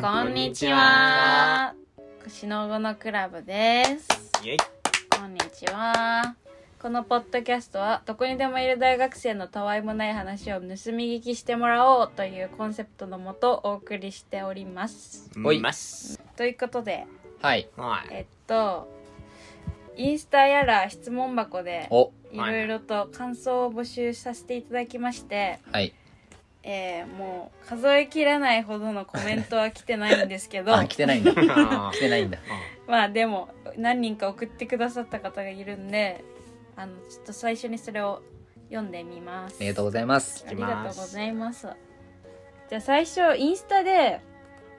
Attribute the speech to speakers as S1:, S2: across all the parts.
S1: こんにちは。串の後のクラブです。
S2: イエイ
S1: こんにちは。このポッドキャストは、どこにでもいる大学生のたわいもない話を盗み聞きしてもらおうというコンセプトのもとお送りしております。
S2: おいます
S1: ということで、
S3: はい。
S2: はい
S1: えっと、インスタやら質問箱で
S3: お、
S1: いろいろと感想を募集させていただきまして、
S3: はい。
S1: えーもう数えきれないほどのコメントは来てないんですけど
S3: あ、来てないん だ。来
S2: あ
S3: てないんだ。
S1: まあでも何人か送ってくださった方がいるんであのちょっと最初にそれを読んでみます
S3: ありがとうございます
S1: あ。
S2: き
S1: り
S2: ます
S1: がとうございますじゃあ最初インスタで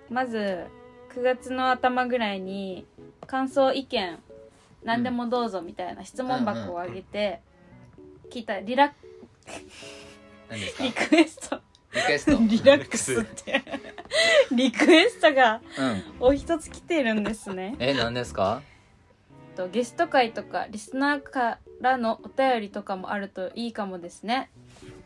S1: まず9月の頭ぐらいに感想意見何でもどうぞみたいな質問箱をあげて聞いたリラ
S3: 何ですか
S1: リ
S3: リ
S1: クエスト
S3: クエスト。うん。
S1: リラックスって リクエストがお一つ来てるんですね
S3: え、何ですか
S1: えっとゲスト会とかリスナーからのお便りとかもあるといいかもですね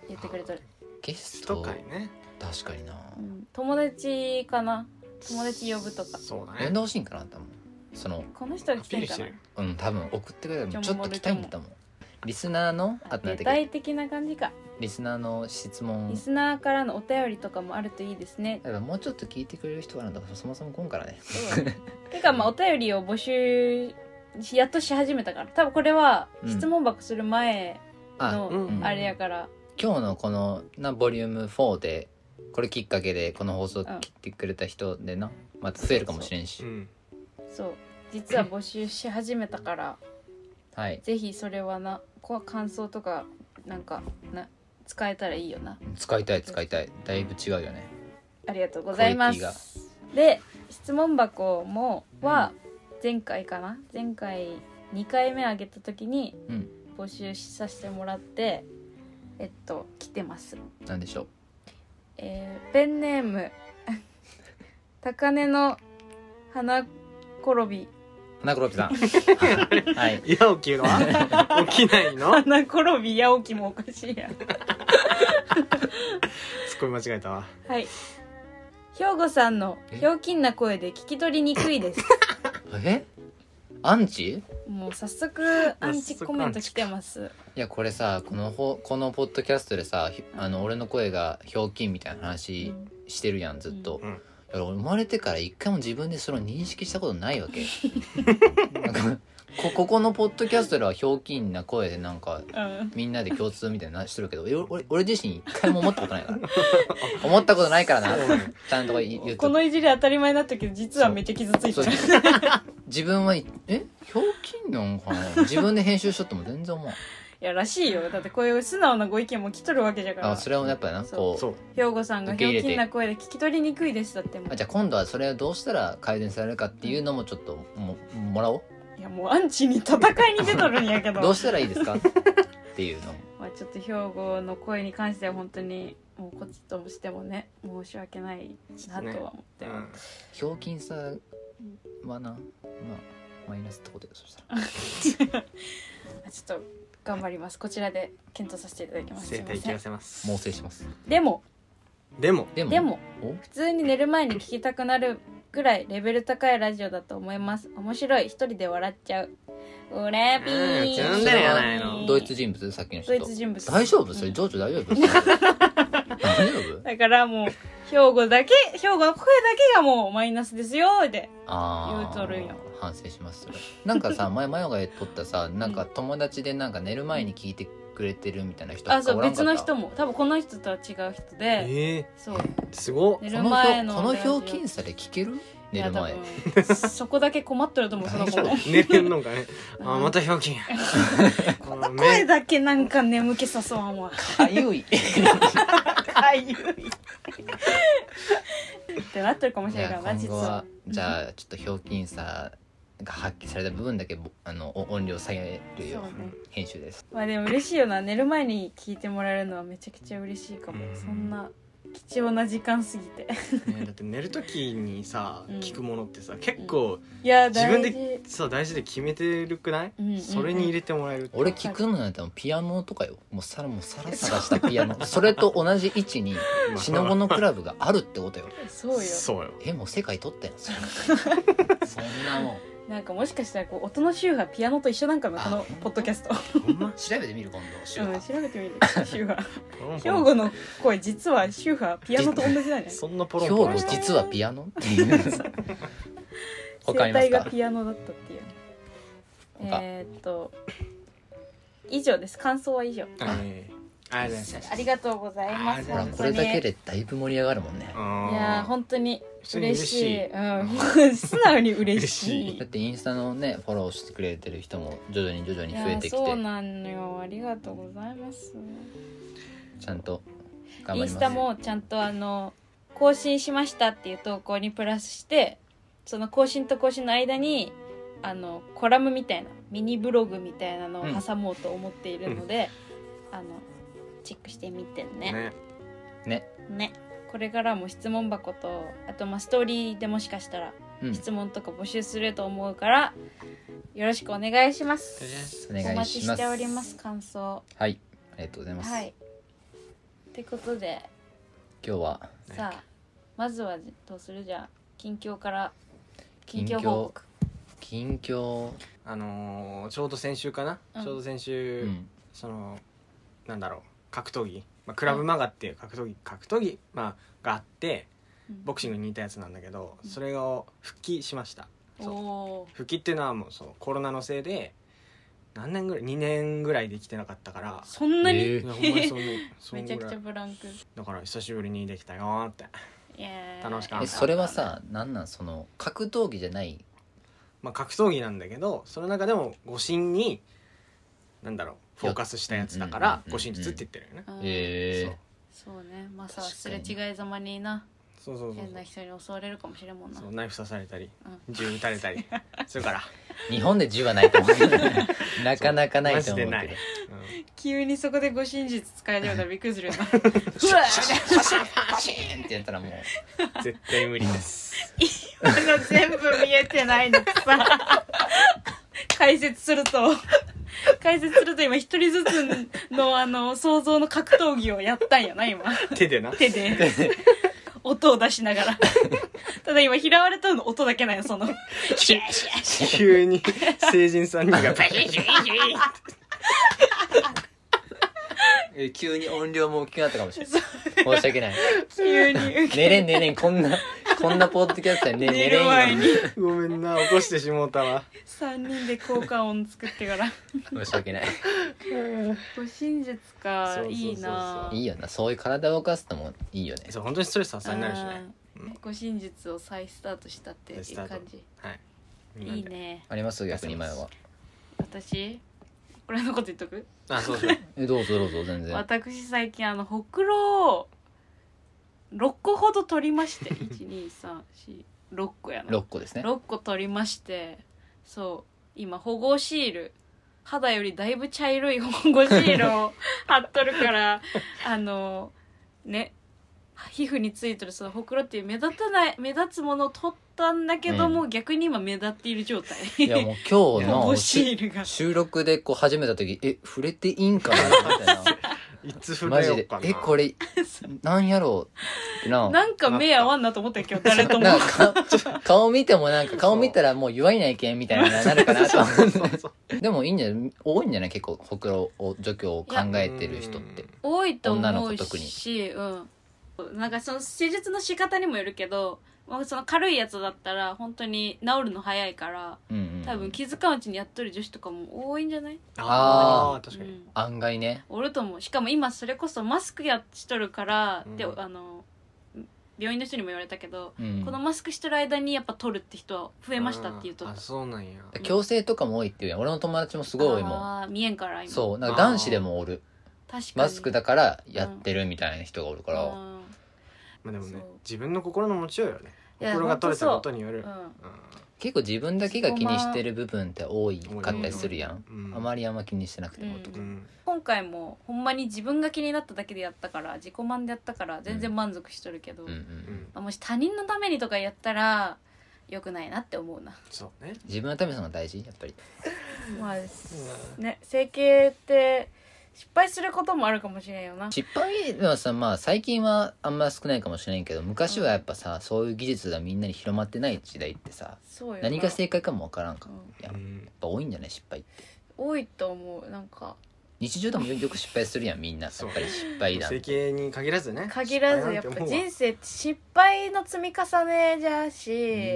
S1: 言ってくれてる、
S3: ゲ
S2: ス
S3: ス
S2: ト
S3: ト
S2: 会ね
S3: 確かにな。
S1: うん友達かな友達呼ぶとか
S2: そうだ
S3: 呼ん
S2: ね
S3: でほしいんかな、多分。その、
S1: この人が来てる
S2: アピールし
S1: か
S2: て
S1: な
S2: る
S3: うん、多分送ってくれたらちょっと来たいんだ多分。リスナーの、あ
S1: あ
S3: と何
S1: 具
S3: だっけ
S1: 体的な感じか、
S3: リスナーの質問
S1: リ。スナーからのお便りとかもあるといいです ね
S3: だからもうちょっと聞いてくれる人がなんだからそもそも今からね。
S1: てかまあお便りを募集しやっとし始めたから多分これは
S3: うん
S1: 質問箱する前
S3: あ、
S2: う
S1: の
S2: ん
S1: あれやから、
S3: 今日のこの、な、ボリューム4で、これきっかけでこの放送聞いてくれた人でな、また増えるかもしれん
S2: う
S3: し。
S2: ん
S1: そう実は募集し始めたから
S3: はい。
S1: ぜひそれはなこ感想とかなんかな使えたらいいよな
S3: 使いたい使いたいだいぶ違うよね
S1: ありがとうございま
S3: クオリテ
S1: すで質問箱もは前回かな前回2回目あげた時に
S3: うん
S1: 募集させてもらってえっと来てます
S3: なんでしょう
S1: えーペンネーム 高根の花転び
S3: 花黒ピさん はい
S2: いや起きるの は起きないの
S1: 花転び八起きもおかしいや
S2: ツッコミ間違えたわ
S1: はい。兵庫さんの
S3: え
S1: ひょうきんな声で聞き取りにくいです。
S3: えアンチ
S1: もう早速アンチ
S2: 早速
S1: コメント来てます。
S3: いやこれさこのほこのポッドキャストでさひあの俺の声がひょうきんみたいな話してるやんずっと、
S2: うん
S3: いや俺生まれてから一回も自分でそれを認識したことないわけなんかこここのポッドキャストではひょうきんな声でなんか
S1: うん。
S3: みんなで共通みたいなのしてるけど俺俺俺自身一回も思ったことないから思ったことないからな
S2: そうね
S3: ちゃんと言言っと
S1: こ
S3: く
S1: のいじり当たり前だったけど実はめっちゃ傷 ついて
S3: そう
S1: る。
S3: 自分はいえひょうきんなんかな自分で編集しとっても全然思わん
S1: いやらしいよ。だってこういう素直なご意見も来とるわけじゃから
S3: あ。それをやっぱなこう
S2: そう
S1: 兵庫さんがひょうきんな声で聞き取りにくいですだってもう
S3: あじゃあ今度はそれをどうしたら改善されるかっていうのもちょっとももらおう
S1: いやもうアンチに戦いに出とるんやけど。
S3: どうしたらいいですかっていうの
S1: まあちょっと兵庫の声に関しては本当にもうこっちとしてもね申し訳ないなとは思って
S2: う
S1: ます。
S2: ん
S3: ひょうきんさはなまあマイナスってことよそした
S1: ちょっ
S3: ら
S1: と頑張ります。こちらで検討させていただきます。
S2: 生
S1: す
S2: 体
S1: いま
S2: 切
S1: せ
S2: ら
S1: ん
S2: せます
S3: 猛省します
S1: でも、
S2: でも
S3: でも
S1: でも、
S3: お
S1: 普通に寝る前に聞きたくなるぐらいレベル高いラジオだと思います。面白い。一人で笑っちゃう。うれぴ
S2: うん
S1: ー。
S2: 自分でやないの
S3: ドイツ人物さっきの人
S1: ドイツ人物。
S3: 大丈夫それ
S1: うん
S3: 情緒大丈夫大丈夫
S1: だからもう、兵庫だけ、兵庫の声だけがもうマイナスですよーって。
S3: あ
S1: 言うとるんや
S3: 反省しますそれなんかさ前マヨが撮ったさなんか友達でなんか寝る前に聞いてくれてるみたいな人
S1: あ、そう、
S3: おらん
S1: 別
S3: かった
S1: の人も。多分この人とは違う人で、
S2: え
S1: そう、
S2: ーすごっ
S1: 寝
S3: こ
S1: る
S3: の
S1: 前
S3: 表
S1: の
S3: この表
S1: ラジ
S3: 金差で聞ける
S1: オ
S3: 寝る前
S1: いや多分そこだけ困っとると思う、その子も。
S2: 寝てんのかねあ
S1: うん
S2: またひょ うきんやこの
S1: 声だけなんか眠気さそう もん
S3: かゆい
S1: かゆい ってなってるかもし
S3: じ
S1: れないか
S3: ゃ
S1: ら
S3: あ
S1: な実
S3: 今後は
S1: は
S3: じゃあちょっと表金差が発揮された部分だけぼあのお音量下げるよ
S1: そ
S3: う
S1: うね
S3: 編集です
S1: まあでも嬉しいよな寝る前に聞いてもらえるのはめちゃくちゃ嬉しいかも、
S2: うん
S1: そんな貴重な時間すぎて
S2: ねだって寝る時にさ
S1: うん
S2: 聞くものってさ結構
S1: いや
S2: 自分
S1: 大事
S2: でさ大事で決めてるくない
S1: うんうんうん
S2: それに入れてもらえるって
S3: 俺聞くのなんてもうピアノとかよもうさらもうさらさらしたピアノそれと同じ位置に
S2: まあ
S3: シノゴのクラブがあるってことよ
S1: そうよ
S2: そうよ
S3: えもう世界取ったよ それそんなもん
S1: なんかもしかしたらこう音の周波ピアノと一緒なんかもこの
S3: あ
S1: ポッドキャスト
S2: ほんま
S3: 調べてみる今度周
S1: うん
S3: 波
S1: 調べて みる周波
S2: ポロンポ
S1: 兵
S2: ロン
S1: 庫の声実は周波ピアノと同じだね
S2: そんなポロ
S3: 兵
S2: ンポ
S3: 庫
S2: ロンして
S3: 実はピアノっていうわか
S1: 声
S3: ります
S1: 帯が
S3: か
S1: ピアノだったっていう
S3: 他
S1: えーっと以上です感想は以上
S2: あねありがとうございます
S1: ありがとうございます
S2: あ
S3: ほら
S2: 本
S3: これだけでだいぶ盛り上がるもんね
S1: いやー本当に
S2: 普通に
S1: 嬉
S2: 嬉
S1: し
S2: し
S1: い
S2: い
S1: うん、 素直に嬉しい
S2: 嬉し
S3: だってインスタのねフォローしてくれてる人も徐々に徐々に
S1: い
S3: 増
S1: や
S3: えてきて
S1: そうなのよありがとうございます
S3: ちゃんと頑
S1: イ
S3: 張
S1: ン
S3: り
S1: ス
S3: ま
S1: タ
S3: す
S1: もちゃんとあの更新しましたっていう投稿にプラスしてその更新と更新の間にあのコラムみたいなミニブログみたいなのを挟もうと思っているので、あのチェックしてみてね
S2: ね
S3: ね
S1: ねこれからも質問箱とあとまあストーリーでもしかしたら
S3: うん
S1: 質問とか募集すると思うから、よろしくお願いします
S3: お
S1: お
S3: 願い
S1: 待ち
S3: しま
S1: し
S3: す
S1: ております感想
S3: はいありがとうございます、
S1: はいってことで
S3: 今日は
S1: さあまずはどうするじゃあ近況から近
S3: 近況
S1: 況報告
S3: 近況
S2: あのーちょうど先週かな、
S1: うん
S2: ちょうど先
S3: う
S2: 週、
S3: ん
S2: そのなんだろう格闘技、まあ、クラブマガっていう格闘技格闘技、まあ、があってボクシングに似たやつなんだけど
S1: うん
S2: それを復帰しました
S1: お
S2: そう
S1: お
S2: 復帰っていうのはもうそうコロナのせいで何年ぐらい2年ぐらいできてなかったから
S1: ーそんなに、
S3: え
S2: いやほんまにそんな そ
S1: め
S2: ん
S1: ちゃ
S2: ぐ
S1: く
S2: ら
S1: ちゃ
S2: い
S1: ブランク
S2: だから久しぶりにできたよーって、
S1: いやー
S2: 楽しかった
S3: えそれはさなんなんその格闘技じゃない
S2: まあ、格闘技なんだけどその中でも護身になんだろうフォーカスしたやつだか
S3: うんうん
S2: ら
S3: うんうん
S2: 護身術って言ってるよね、
S1: うん
S3: え
S1: そうねまあさすれ
S3: 確かに
S1: 違いざまにな
S2: そうそうそう
S1: 変
S2: そ
S1: な
S2: う
S1: 人に襲われるかもしれんもんな
S2: そうナイフ刺されたり銃撃たれた りするから
S3: 日本で銃はないと思うけど なかなかないと思
S2: マジで
S3: うけど
S2: ないうん
S1: 急にそこで護身術使えちゃうからびっくりするよ な
S3: パシンパシンってやったらもう
S2: 絶対無理です。
S1: あの全部見えてないのさ 解説すると解説すると今一人ずつのあの想像の格闘技をやったんやな今
S2: 手でな。
S1: 手で音を出しながらただ今嫌われたの音だけなんやそのシュッシュッシュッ
S2: 急に成人3人がバキッ
S3: え急に音量も大きくなったかもしれない
S1: そう
S3: 申し訳ない
S1: 急に
S3: 寝れん寝れんこんなこんなポッドキャストやね
S1: 寝
S3: 寝
S1: る
S3: れ
S1: 前
S3: ん
S1: に
S3: よ
S2: ごめんな起こしてしもうたわ。
S1: 3人で効果音作ってから
S3: 申し訳ない
S1: 護身術か
S2: そうそうそうそう
S1: いいない
S3: いよなそういう体動かすのもいいよね
S2: そう本当にストレス発散になるしね。
S1: うん護身術を再スタートしたっていう
S2: 再スタート
S1: 感じ
S2: はい。
S1: いい。ね
S3: あります逆に前は
S1: 私これのこと言っとく、
S2: あそうそう。
S3: えどうぞどうぞ全然
S1: 私最近あのほくろを6個ほど取りま して12346個やな
S3: 6個ですね
S1: 6個取りましてそう今保護シール肌よりだいぶ茶色い保護シール を貼っとるからあのね皮膚についてるそのほくろっていう目立たない目立つものを取ったんだけども、逆に今目立っている状態
S3: いやもう今 日
S1: 保護
S3: の
S1: シ
S3: し
S1: ールが
S3: 収録でこう始めた時え触れていいんかなみたい ない
S2: つ触
S3: マ
S2: れ
S3: ジ
S2: よう
S3: で
S2: かな。
S3: えこれなんやろうってな
S1: なんか目合わんなと思ったよ今日誰とも
S3: なんか顔顔見てもなんか顔見たらもう言わいないけんみたいななるかなと思
S2: そうそうそう
S3: うでもいいんじゃない多いんじゃない結構ほくろを除去を考えてる人って。
S1: 多いと
S3: 女
S1: 思
S3: の
S1: う
S3: 子特に
S1: し、うん、なんかその施術の仕方にもよるけど、まあ、その軽いやつだったら本当に治るの早いから
S3: うんうんうん
S1: 多分気づかんうちにやっとる女子とかも多いんじゃない、
S2: ああ
S3: あ
S2: 確か
S1: う
S2: に。
S1: ん
S3: 案外ね
S1: おると思うしかも今それこそマスクやっしとるから、
S2: うん
S1: であの病院の人にも言われたけど、
S3: うん
S1: このマスクしてる間にやっぱ取るって人は増
S2: 増
S1: えましたって言うとっ
S2: あ
S1: た
S2: そうなんや。
S3: 強制とかも多いっていうやん俺の友達もすごい多いもん
S1: あー見えんから今
S3: そうなんか男子でもおる
S1: 確かに
S3: マスクだからやってるみたいな人がおるから、
S1: うん
S2: まあでもね
S1: そう
S2: 自分の心の持ちようよね。
S1: いや
S2: 心が取れたことによる。
S1: うん
S2: うん
S3: 結構自分だけが気にしてる部分って多いかったりするやん、
S2: うん
S3: あまりあんま気にしてなくてもと
S2: う
S3: か、
S2: ん
S1: 今回もほんまに自分が気になっただけでやったから自己満でやったから全然満足しとるけど、
S3: うんうん
S2: うん
S1: まあもし他人のためにとかやったら良くないなって思うな
S2: そうね
S3: 自分のためにそのが大事やっぱり
S1: まあね整形って失敗することもあるかもしれんよな
S3: 失敗はさまあ最近はあんま少ないかもしれんけど昔はやっぱさそういう技術がみんなに広まってない時代ってさ
S1: そうよな
S3: 何が正解かもわからんか
S1: うん
S3: や
S2: う
S3: っ
S2: ん
S3: ぱ多いんじゃない失敗って
S1: 多いと思うなんか
S3: 日常でもよく失敗するやんみんなやっ
S2: そう
S3: ぱり失敗だ
S2: 整形に限らずね
S1: 限らずやっぱ人生って失敗の積み重ねじゃし、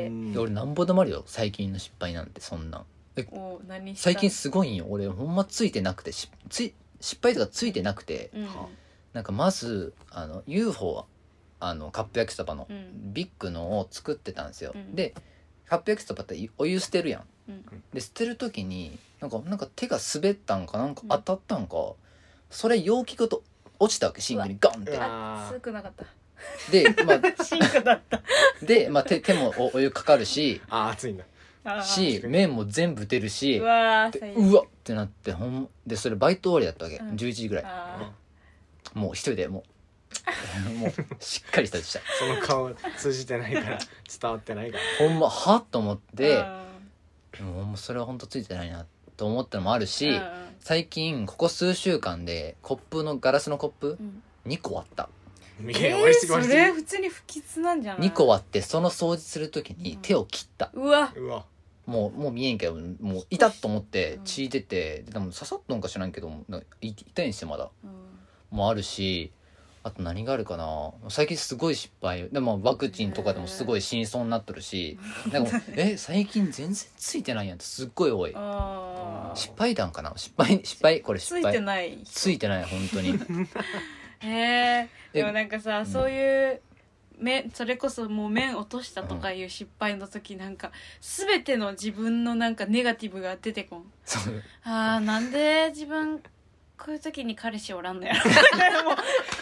S3: いや俺なんぼでもあるよ最近の失敗なんてそんなん
S1: お何した
S3: 最近すごいんよ俺ほんまついてなくてしつい失敗とかついてなくて、
S1: うん
S3: なんかまずあの UFO あのカップ焼きそばの、
S1: うん
S3: ビッグのを作ってたんですよ、
S1: うん
S3: でカップ焼きそばっていお湯捨てるやん
S1: うん
S3: で捨てる時になんかなんか手が滑ったんかなんか当たったんか、それ容器ごと落ちたわけシンクにガンって
S2: うわ
S1: あ強くなかった
S3: で,、まあ、
S1: 進化だった
S3: で、まあ、手手もおお湯かかるし
S2: あー熱いんだ
S1: あー
S3: し麺も全部出るし
S1: うわー
S3: で
S1: 最悪
S3: うわってなってほんでそれバイト終わりだったわけ、
S1: うん
S3: 11時ぐらい
S1: あ
S3: もう一人でも うもうしっかりしたした
S2: その顔通じてな いから伝わってないから
S3: ほんまはっと思っ
S1: ー
S3: て
S1: あ
S3: もうもうそれはほんとついてないなと思ったのもあるし、
S1: ー
S3: 最近ここ数週間でコップのガラスのコップ
S1: うん
S3: 2個割った
S2: 見
S1: え
S2: え終わりす
S1: ー
S2: ぎ終わ
S1: そ
S2: り
S1: れ
S2: す
S1: 普通に不吉なんじゃない
S3: 2個割ってその掃除する時に手を切った、
S1: うわ
S2: ぎうわ
S3: もうもう見えんけどもう痛っと思って
S1: うん
S3: 血出てででも刺さったんか知らんけどなんかい痛いんしてまだ
S1: うん
S3: もあるしあと何があるかな最近すごい失敗でもワクチンとかでもすごい死にそうになっとるし、なん かもうえ最近全然ついてないやんってすっごい多い
S1: あー
S3: 失敗談かな失敗失敗これ
S1: つ
S3: 失
S1: いて
S3: 敗
S1: ない
S3: ついてない本当に
S1: へえ
S3: で
S1: でもなんかさ、
S3: ん
S1: そういうめそれこそもう面落としたとかいう失敗の時なんか全ての自分のなんかネガティブが出てこん
S3: そう
S1: あーなんで自分こういう時に彼氏おらんの やろもう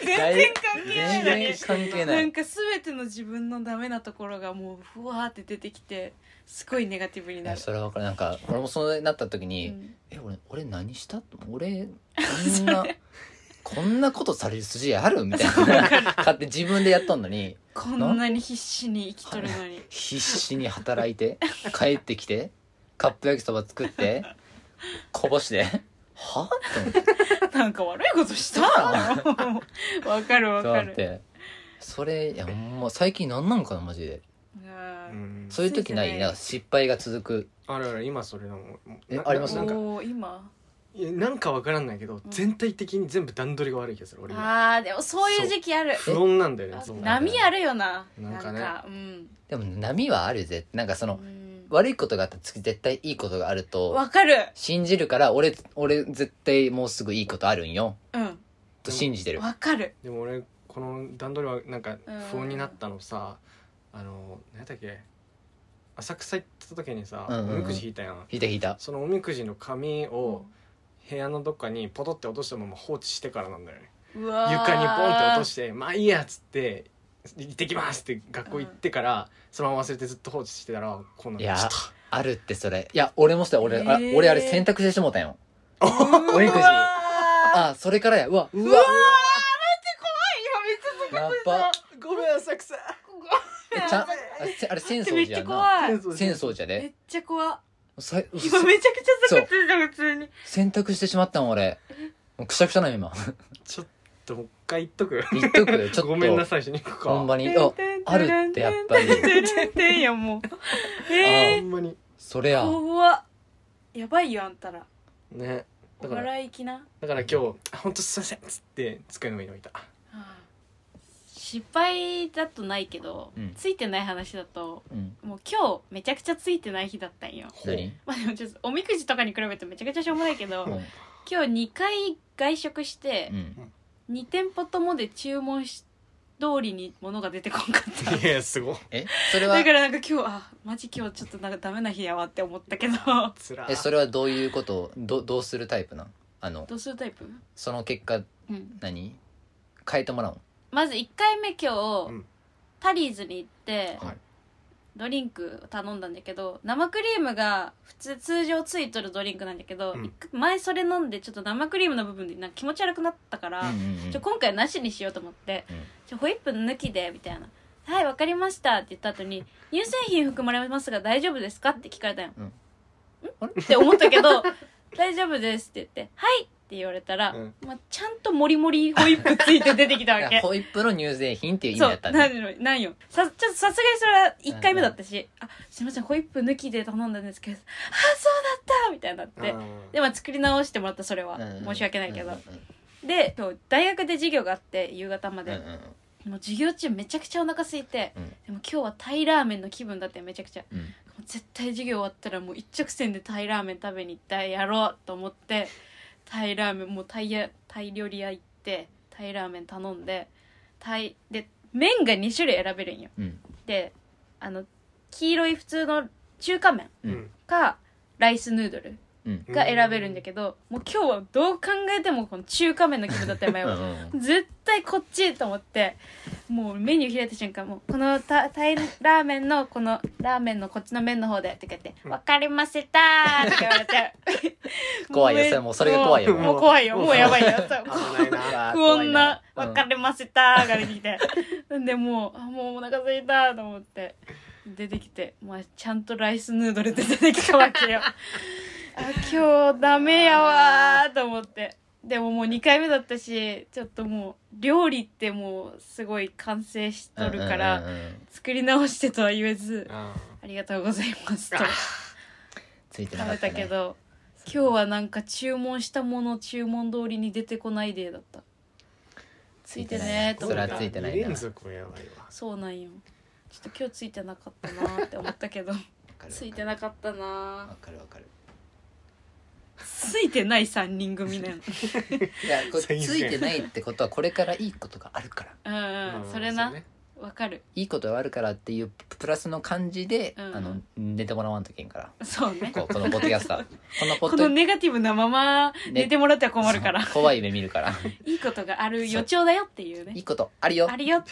S1: 全然関係ないのに
S3: 全然関係な
S1: ないんか全ての自分のダメなところがもうふわーって出てきてすごいネガティブに
S3: い
S1: な
S3: や
S1: る、
S3: それは分からんなんか俺もそうなった時
S1: う
S3: に、
S1: ん
S3: え俺俺何した俺こんな こんなことされる筋あるみたいな勝手に自分でやっとんのに
S1: こんなに必死に生きとる のに
S3: 必死に働いて帰ってきてカップ焼きそば作ってこぼしてはと思って
S1: なんか悪いことしたわかるわ
S3: そう
S1: か
S3: な
S1: る
S3: ってそれいやほんま最近なんなんかなマジで
S1: あー
S2: うん
S3: そういう時な
S1: ついてな
S3: い
S1: い
S3: なんか失敗が続く
S2: あるある今それだもん
S3: え
S2: な
S3: あります
S2: なんか
S1: おお今
S2: いやなんかわからんないけど全体的に全部段取りが悪い気がする俺今
S1: あーでもそういう時期ある
S2: 不穏なんだよね
S1: あ
S2: そう
S1: 波あるよなな
S2: なんん
S1: か
S2: か
S1: う
S2: ね
S1: ん
S3: でも波はあるぜなんかその、
S1: うん
S3: 悪いことがあったら次絶対いいことがあると
S1: わかる
S3: 信じるから俺俺絶対もうすぐいいことあるんよ
S1: うん
S3: と信じてる
S1: わかる
S2: でも俺この段取りはなんか不穏になったのさあの何だっけ浅草行った時にさ
S3: うんうんうん
S2: おみくじ引いたやん
S3: 引いた引いた
S2: そのおみくじの紙を部屋のどっかにポトって落としたまま放置してからなんだよね
S1: うわー
S2: 床にポンって落として「まあいいや」っつって「行ってきます」って学校行ってから、そのまま忘れてずっと放置してたらこんなん
S3: いや
S2: ちょっ
S3: あるってそれいや俺もした俺、あ
S1: へー
S3: 俺あれ選択してしもうたんよ
S1: うわー
S3: おみくじ
S1: あ
S3: あそれからやうわうわ
S1: うわー待って怖い今めっちゃ
S3: やっば
S2: とごめん浅草
S1: 怖
S3: え
S1: い
S3: ちゃんあせあれ浅
S1: め
S3: 草
S1: っち
S3: 寺
S1: ゃ
S3: やんな
S1: 怖い
S3: 浅草寺
S1: め
S3: で
S1: っちゃ怖い
S3: さう
S1: 今めちゃくちゃ下がってるじゃん普通に
S3: 選択してしまったん俺もうくしゃくしゃな の今
S2: ちょっともう一回言っとく
S3: 言っとくちょっと
S2: ごめんなさいしに行くか
S3: ほんまにあ
S1: てんてん
S3: あるってやっぱり
S1: てんてんてんて んや もう
S2: あ
S1: え
S2: ほんまに
S3: それや
S1: 怖っやばいよあんたら
S2: ね
S1: お
S2: だから
S1: 笑いきな
S2: だから今日「あ本当すいません」っつって机の上に置いた
S1: 失敗だとないけど、
S3: うん
S1: ついてない話だと
S3: うん
S1: もう今日めちゃくちゃついてない日だったんよ
S3: 何
S1: まあでもちょっとおみくじとかに比べてめちゃくちゃしょうもないけど、
S3: うん
S1: 今日2回外食して
S3: う、ん
S1: 2店舗ともで注文し通りに物が出てこんかっ
S2: いやすごい
S3: えそれ
S1: た
S3: は
S1: だからなんか今日あマジ今日ちょっとなんかダメな日やわって思ったけど
S2: つら
S3: えそ
S2: れ
S3: れはどういうことをどどうするタイプなんあの
S1: どうするタイプ、
S3: その結果
S1: うん、
S3: 何変えてもらおう
S1: まず1回目今日、
S2: うん
S1: タリーズに行って、
S3: はい
S1: ドリンクを頼んだんだけど生クリームが普通通常ついとるドリンクなんだけど、
S2: うん
S1: 一回前それ飲んでちょっと生クリームの部分でなんか気持ち悪くなったから、
S3: うんうんうん
S1: ちょ今回なしにしようと思って
S3: うん
S1: 「ちょホイップ抜きで」みたいな「はいわかりました」って言った後に「乳製品含まれますが大丈夫ですか?」って聞かれたよ、
S3: うん
S1: ん
S3: あれ
S1: って思ったけど「大丈夫です」って言って「はい」って言われたら、
S2: うん
S1: まあ、ちゃんとモリモリホイップついて出てきたわ
S3: いや
S1: け
S3: ホイップの乳製品っていう意味
S1: そ
S3: だ
S1: う
S3: ったんだ
S1: なんよなんよさちょっとさすがにそれは1回目だったし「あすいませんホイップ抜きで頼んだんですけどあそうだった!」みたいになってでまあ作り直してもらったそれは、
S3: うんうん
S1: 申し訳ないけど、
S3: うん
S1: で今日大学で授業があって夕方ま
S3: うんう
S1: で、
S3: んうん
S1: もう授業中めちゃくちゃお腹空いて、
S3: うん
S1: でも今日はタイラーメンの気分だってめちゃくちゃ
S3: うん
S1: もう絶対授業終わったらもう一直線でタイラーメン食べに行ったやろうと思ってタイラーメンもうタイやタイ料理屋行ってタイラーメン頼んでタイで麺が2種類選べるんよ
S3: うん
S1: であの黄色い普通の中華麺
S3: うん
S1: かライスヌードルが選べるんだ
S2: け
S1: けど、もう今日はどう考えてもこの中華麺の気分だったよ前
S3: う
S1: は
S3: んうん
S1: 絶対こっちと思ってもうメニュー開いた瞬間もうこのタタイラーメンのこのラーメンのこっちの麺の方でとか言って「
S2: うん
S1: 分かりませた」って言われて
S3: 怖いよそれもうそれが怖いよ
S1: もうもう怖いよもうやばいよそう
S2: 危ないな
S1: 不穏な「
S3: 怖い
S1: 分かりませた」が出てき てなんでもうあもうお腹すいたと思って出てきて、まあ、ちゃんとライスヌードルで出てきたわ けよあ今日ダメやわーと思ってでももう2回目だったしちょっともう料理ってもうすごい完成しとるから、
S3: うんうんうんうん
S1: 作り直してとは言えず
S2: あ
S1: ありがとうございますと
S2: あ
S3: ついてな
S1: 食
S3: か
S1: べ
S3: った
S1: た
S3: ね
S1: けど今日はなんか注文したもの注文通りに出てこないデーだった
S3: つ
S1: つ
S3: い
S1: い
S3: て
S1: て
S3: な
S1: ね
S3: い
S1: ー
S2: ー
S1: と
S3: そ
S1: 思
S3: れ
S1: っ
S3: は
S1: た
S3: ついてない
S2: 二
S3: な
S2: 連続はやばいわ
S1: そうなんよちょっと今日ついてなかったなーって思ったけどついてなかったな
S3: わかるわかる
S1: ーついてない3人組ね
S3: いやこれつ
S2: 最悪
S3: いてないってことはこれからいいことがあるから
S1: うんうん、それな
S2: うね
S1: わかる
S3: いいことがあるからっていうプラスの感じで、
S1: うん
S3: あの寝てもらわんといけんから
S1: そうね
S3: こうこのポッドキャスタ ーこのポッ
S1: こ
S3: ド
S1: のネガティブなまま寝てもらっては困るから、
S3: そう怖い目見るから
S1: いいことがある予兆だよっていう
S3: い
S1: ね
S3: いことあるよ
S1: あるよっ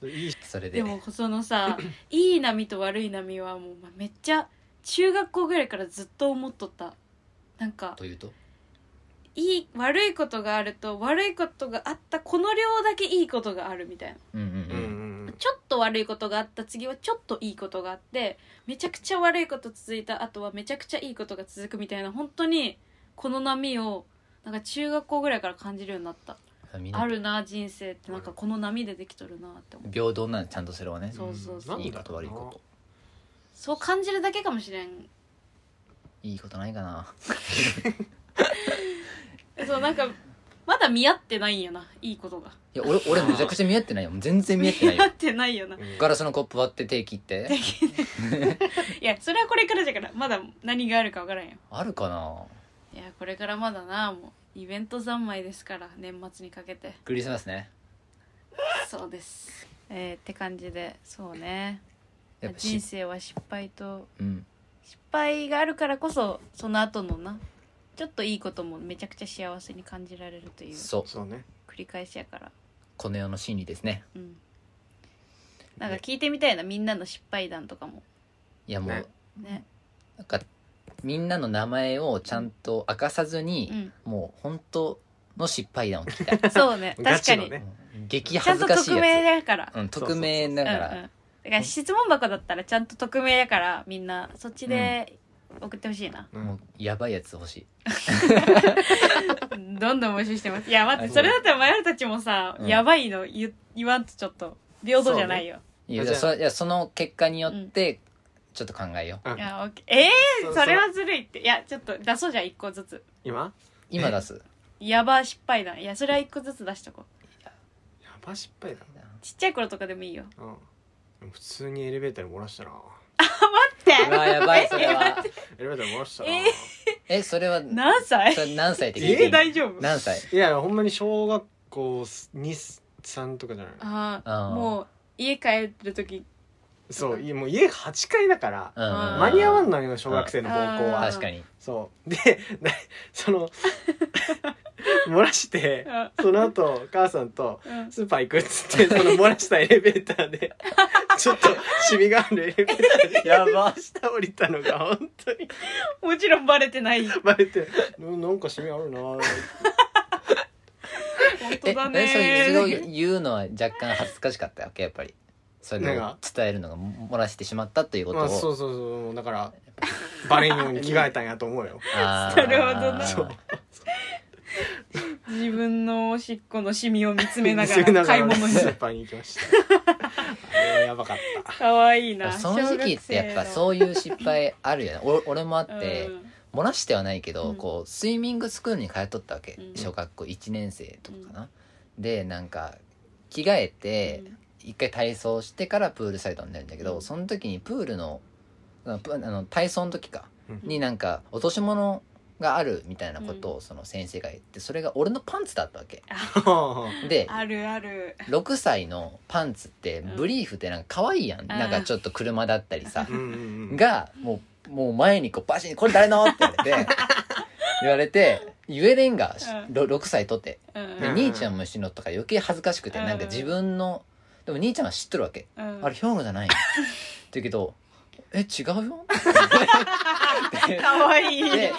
S1: て
S2: いい人
S3: それで
S1: でもその さいい波と悪い波はもうまあめっちゃ中学校ぐらいからずっと思っとったなんか
S3: というと
S1: いい悪いことがあると悪いことがあったこの量だけいいことがあるみたいな
S3: うんうん
S2: う
S3: うんん
S2: うん
S1: ちょっと悪いことがあった次はちょっといいことがあってめちゃくちゃ悪いこと続いた後はめちゃくちゃいいことが続くみたいな本当にこの波をなんか中学校ぐらいから感じるようになった
S3: みんな
S1: あるな人生ってなんかこの波でできとるなって思う
S3: 平等なのちゃんとそれはね
S1: そうそうそう
S2: なん
S3: いい
S2: だ
S3: こ
S2: ろう
S3: と
S2: な
S3: 悪いこと
S1: そう感じるだけかもしれん
S3: いいことないかな
S1: そうなんかまだ見合ってないんやないいことが
S3: いや俺俺めちゃくちゃ見合ってないよ全然見合ってな い
S1: 合
S3: よ
S1: ってないよな
S2: うん
S3: ガラスのコップ割って手切って
S1: いやそれはこれからじゃからまだ何があるかわからんよ
S3: あるかない
S1: やこれからまだなもうイベント三昧ですから年末にかけて
S3: クリスマスね
S1: そうですえー、って感じでそうね
S3: やっぱ
S1: 人
S3: し、
S1: 生は失敗と
S3: うん、
S1: 失敗があるからこそその後のなちょっといいこともめちゃくちゃ幸せに感じられるという
S3: そう
S2: そうね
S1: 繰り返しやから
S3: この世の真理ですね
S1: うんなんか聞いてみたいなみんなの失敗談とかも
S3: いやもう、
S2: ね
S1: ね
S3: なんかみんなの名前をちゃんと明かさずに
S1: う、ん
S3: もう本当の失敗談を 聞きたい
S1: そうね
S2: ガ
S1: 確か
S2: チの
S1: に
S2: ね
S3: うん激
S1: ちゃ
S3: 恥
S1: ん
S3: ず
S1: と
S3: かしい
S1: 匿
S3: やつ
S1: 名だから
S3: うん、匿名だ
S1: うん
S3: か
S1: うん、だ
S3: ら
S1: から質問箱だったらちゃんと匿名だからみんなそっちで送ってほしいな、
S2: う
S3: もうんやばいやつ欲しい
S1: どんどん募集してますいや待っ
S3: あ
S1: てそれだったら前原たちもさ、
S3: うん
S1: やばいの言言わんとちょっと平等じゃないよ、
S3: いや
S2: あじゃあ
S3: そいやその結果によってちょっと考えよう、
S2: うん
S1: いやオッケーえ
S2: そ
S1: ー、
S2: う
S1: それはずるいっていやちょっと出そうじゃん1個ずつ
S2: 今
S3: 今出す
S1: やば失敗談いやそれは1個ずつ出しとこう
S2: やば失敗だ
S1: ちっちゃい頃とかでもいいよ
S2: うんでも普通にエレベーターで漏らしたな
S1: って
S3: うわやばいそれは
S2: エレベーターで漏らしたな、
S1: え
S3: えそれは
S1: 何歳
S3: それ何歳って聞いてい
S1: え
S3: い
S1: 大丈夫
S3: 何歳
S2: いやほんまに小学校23とかじゃない
S1: あ
S3: あ
S1: あ
S3: ー
S1: もう家帰る時
S2: そういやもう家8階だから
S3: うんうんうん
S2: 間に合わんのよ小学生の高校
S1: あ
S2: は
S1: ー
S3: 確かに
S2: そうでなその漏らして
S1: あ
S2: その後母さんと
S1: うん
S2: スーパー行くっつってその漏らしたエレベーターでちょっとシミがあるエレベーターでやば下降りたのが本当に
S1: もちろんバレてない 本
S2: バレてななんかシミあるなぁ
S1: 当だね
S3: えそれを言うのは若干恥ずかしかったわけやっぱりそれ
S2: なん
S3: を
S2: か
S3: 伝えるのが漏らしてしまったということを、
S2: まあそうそうそうだからバレんように着替えたんやと思うよ
S3: あー
S1: なるほどな
S3: そう
S1: 自分のおしっこのシミを見つめなが
S2: 店
S1: ら
S2: の中
S1: 買い
S2: の
S1: 物に
S2: スーパーに行きましたあれやばかった
S1: 可愛いな
S3: その時期ってやっぱ
S1: う
S3: そういう失敗あるよねお 俺もあって、
S1: ん
S3: 漏らしてはないけど、
S1: うん
S3: こうスイミングスクールに通っとったわけ、
S1: うん
S3: 小学校1年生とかかな、でなんか着替えて一回体操してからプールサイドになるんだけど、
S1: うん
S3: その時にプールのあプあの体操の時か、
S2: うん
S3: になんか落とし物があるみたいなことをその先生が言ってそれが俺のパンツだったわけで
S1: あるある
S3: 6歳のパンツって
S1: うん
S3: ブリーフってなんか可愛いやん、なんかちょっと車だったりさ、
S2: うんうんうん
S3: がもうもう前にこうバシン「これ誰の?」って言わ れて言われて言えれんが、
S1: うん
S3: ろ6歳とって
S1: うん
S3: で、
S2: うん
S3: 兄ちゃんも死のとか余計恥ずかしくて、
S1: うん
S3: なんか自分のでも兄ちゃんは知ってるわけ、
S1: うん
S3: あれ兵庫じゃないって言うけど「え違うよ」って
S1: 可愛い
S3: 言って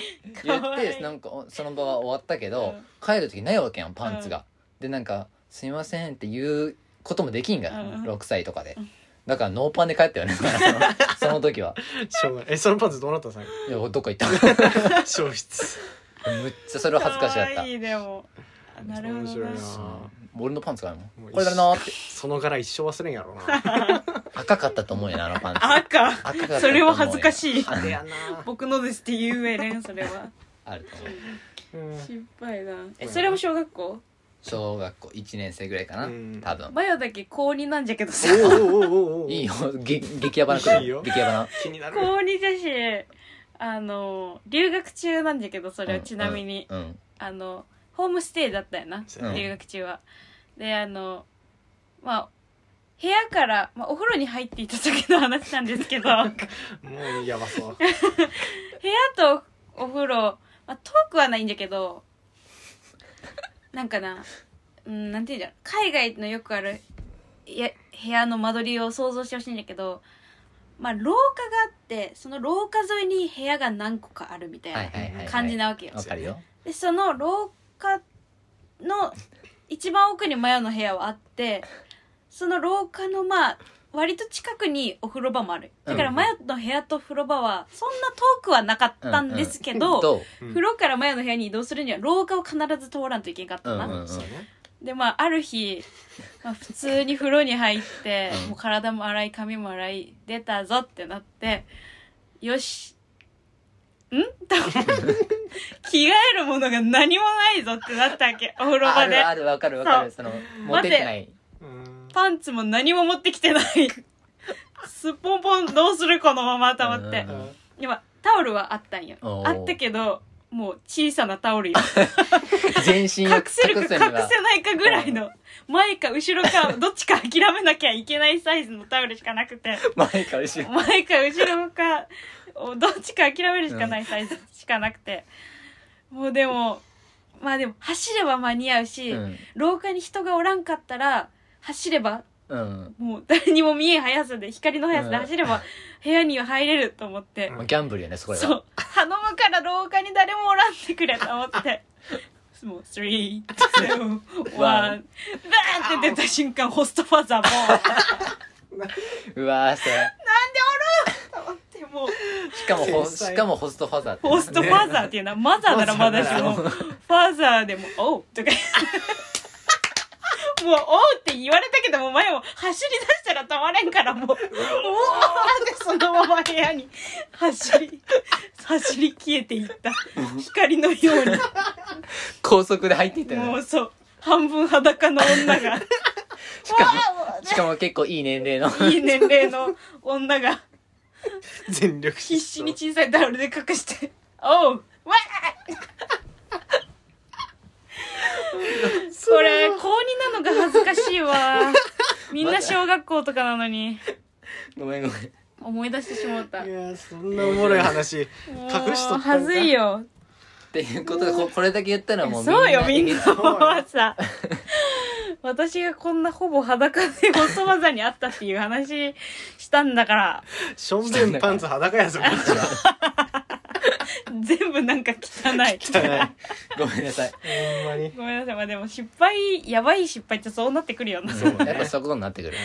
S3: 言
S1: かわ
S3: っ
S1: い
S3: て
S1: い
S3: なんかその場は終わったけど、
S1: うん
S3: 帰る時ないわけやんパンツが、でなんか「すいません」って言うこともできんが、
S1: うん
S3: 6歳とかで
S1: うん
S3: だからノーパンで帰ったよね その時は
S2: しょうがないえそのパンツどうなったの最後
S3: いやどっか 行った
S2: 消失
S3: むっちゃそれは恥ずかしかっ
S1: 可
S3: た
S1: 愛いでもあなるほど
S2: 面白いな
S1: な
S3: そう俺のパンツがある
S2: も
S3: も
S2: うん
S3: これだなって
S2: その柄一生忘れんやろうな
S3: 赤かったと思うよなあ のパンツ
S1: 赤
S3: 赤かったと思うよ
S1: それは恥ずかしい
S2: あれやな
S1: 僕のですって言うえれんそれは
S3: あると思う
S2: うん
S1: 失敗だえそれも小学校
S3: 小学校1年生ぐらいかな
S2: うん
S3: 多分
S1: マヨだけ高2なんじゃけどさ
S2: おうおうおうおうおう
S3: いいよげ激ヤバなこと
S2: いいよ
S3: 激ヤバな
S2: 気になる
S1: 高2じゃしあの留学中なんじゃけどそれはちなみに、
S3: うん
S1: あのホームステイだったよな
S2: そうや
S3: ね
S1: 留学中は。であのまあ部屋から、まあ、お風呂に入っていた時の話なんですけど部屋
S2: もうやばそう
S1: とお風呂、まあ、遠くはないんだけどなんかな、うん、なんていうんじゃ海外のよくあるいや部屋の間取りを想像してほしいんだけど、まあ、廊下があってその廊下沿いに部屋が何個かあるみたい
S3: はいはいはいはい
S1: な感じなわけよ。
S3: わかるよ
S1: でその廊下の一番奥にマヨの部屋はあってその廊下のまあ割と近くにお風呂場もあるだから
S3: うん
S1: マヨの部屋と風呂場はそんな遠くはなかったんですけど、
S3: ど
S2: う
S3: う
S2: ん
S1: 風呂からマヨの部屋に移動するには廊下を必ず通らんといけんかったな、
S3: うんうん
S2: そうね
S1: でまあある日、まあ、普通に風呂に入って
S3: うん
S1: もう体も洗い髪も洗い出たぞってなってよしん と着替えるものが何もないぞってなったわ けお風呂
S3: あ
S1: 場
S3: る
S1: で
S3: あるわかるわかるその持ってってない
S2: うん
S1: パンツも何も持ってきてないすっぽんぽんどうするこのままと思っ
S3: う
S1: て
S3: ん
S1: でもタオルはあったんよ
S3: おー
S1: あったけどもう小さなタオルよ
S3: 全身を
S1: 隠せるか隠
S3: は
S1: せないかぐらいの前か後ろ かどっちか諦めなきゃいけないサイズのタオルしかなくて
S3: 前か後ろ
S1: 前か後ろかどっちか諦めるしかないサイズしかなくてもうでもまあでも走れば間に合うし、
S3: うん
S1: 廊下に人がおらんかったら走れば
S3: うん
S1: もう誰にも見えん速さで光の速さで走れば部屋には入れると思って、
S3: まあギャンブルよねそこら
S1: そ
S3: は
S1: う頼むから廊下に誰もおらんでくれと思 ってもう321バ ーンって出た瞬間ホストファザーも
S3: うわーそれ
S1: でも
S3: しかもほ
S2: 繊細
S3: しかもホストファザーって
S1: ホストファザーっていうのはマザーならまだしも
S2: マザ
S1: ファザーでも「おう」 とかもう「おう」って言われたけども前も走り出したら止まれんからもう「おお!」ってそのまま部屋に走り走り消えていった光のように。
S3: 高速で入っていったよね
S1: もうそう半分裸の女が
S3: しかも、しかも結構いい年齢の。
S1: いい年齢の女が
S2: 全力疾走
S1: 必死に小さいタオルで隠して「おうわーこれ高2なのが恥ずかしいわみんな小学校とかなのに
S3: ごめんごめん。
S1: 思い出してしまった
S2: いやそんなおもろい話隠しと
S1: もう
S2: ったんか
S1: 恥ずいよ
S3: っていうことで、ここれだけ言ったらもう
S1: そうよみん
S3: い
S1: なもうさ私がこんなほぼ裸で 細技にあったっていう話したんだから
S2: ションベンパンツ裸やぞこっちは
S1: 全部なんか汚い
S2: 汚
S3: ごめんなさい
S2: いほんまに
S1: ごめんなさいまあでも失敗やばい失敗ってそうなってくるよなだ
S2: そうね
S3: やっぱそういうことになってくる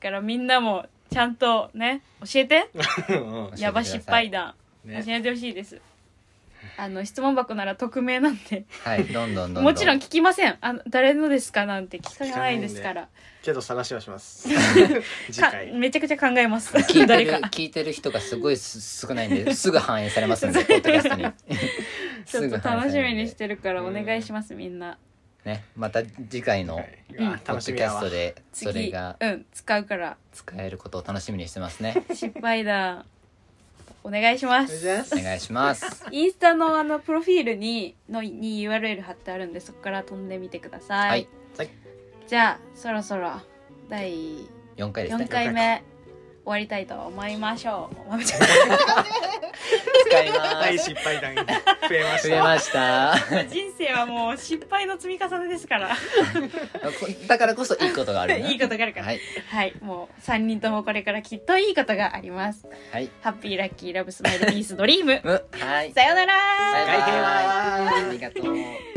S1: からみんなもちゃんとね教えて
S2: うんうん
S3: ださい
S1: やば失敗談
S2: ね
S1: 教えてほしいですあの質問箱なら匿名なんで
S3: はいどんどんどんどん
S1: もちろん聞きませんあの誰のですかなんて聞かないですから
S2: けど探しはします次
S1: か
S2: 回
S1: めちゃくちゃ考えます
S3: 聞いて
S1: 誰
S3: る
S1: か
S3: 聞いてる人がすごいす少ないんですぐ反映されま すのでポッドキャストに
S1: ちょっと楽しみにしてるからお願いしますみんな
S3: ねまた次回の
S2: はいいや
S1: うん
S3: ポッ
S2: 楽
S3: ドキ
S2: しみ
S3: ャ
S2: や
S3: ス
S2: わ
S3: トでそれ
S1: 次
S3: が
S1: うん使うから
S3: 使えることを楽しみにしてますね
S1: 失敗談お願いしま
S2: それ
S1: す
S2: じゃあ
S3: お願い します
S1: インスタのあのプロフィールにのに URL 貼ってあるんでそこから飛んでみてください、
S3: はい
S1: じゃあそろそろ第
S3: 4回ですね
S1: 4回目終わりたいと思いましょうまみちゃん
S3: 使いま
S2: はい
S3: す
S2: 失敗談増えまし
S3: 増え
S2: た
S3: ました
S1: 人生はもう失敗の積み重ねですから
S3: だからこそいいことがある
S1: いいことがあるから
S3: はい
S1: はいもう3人ともこれからきっといいことがあります
S3: はい
S1: ハッピーラ ッキーラブスマイルピースドリーム
S3: うんはい
S1: さようなら
S3: バイバイ
S2: 外見は
S3: ありがとう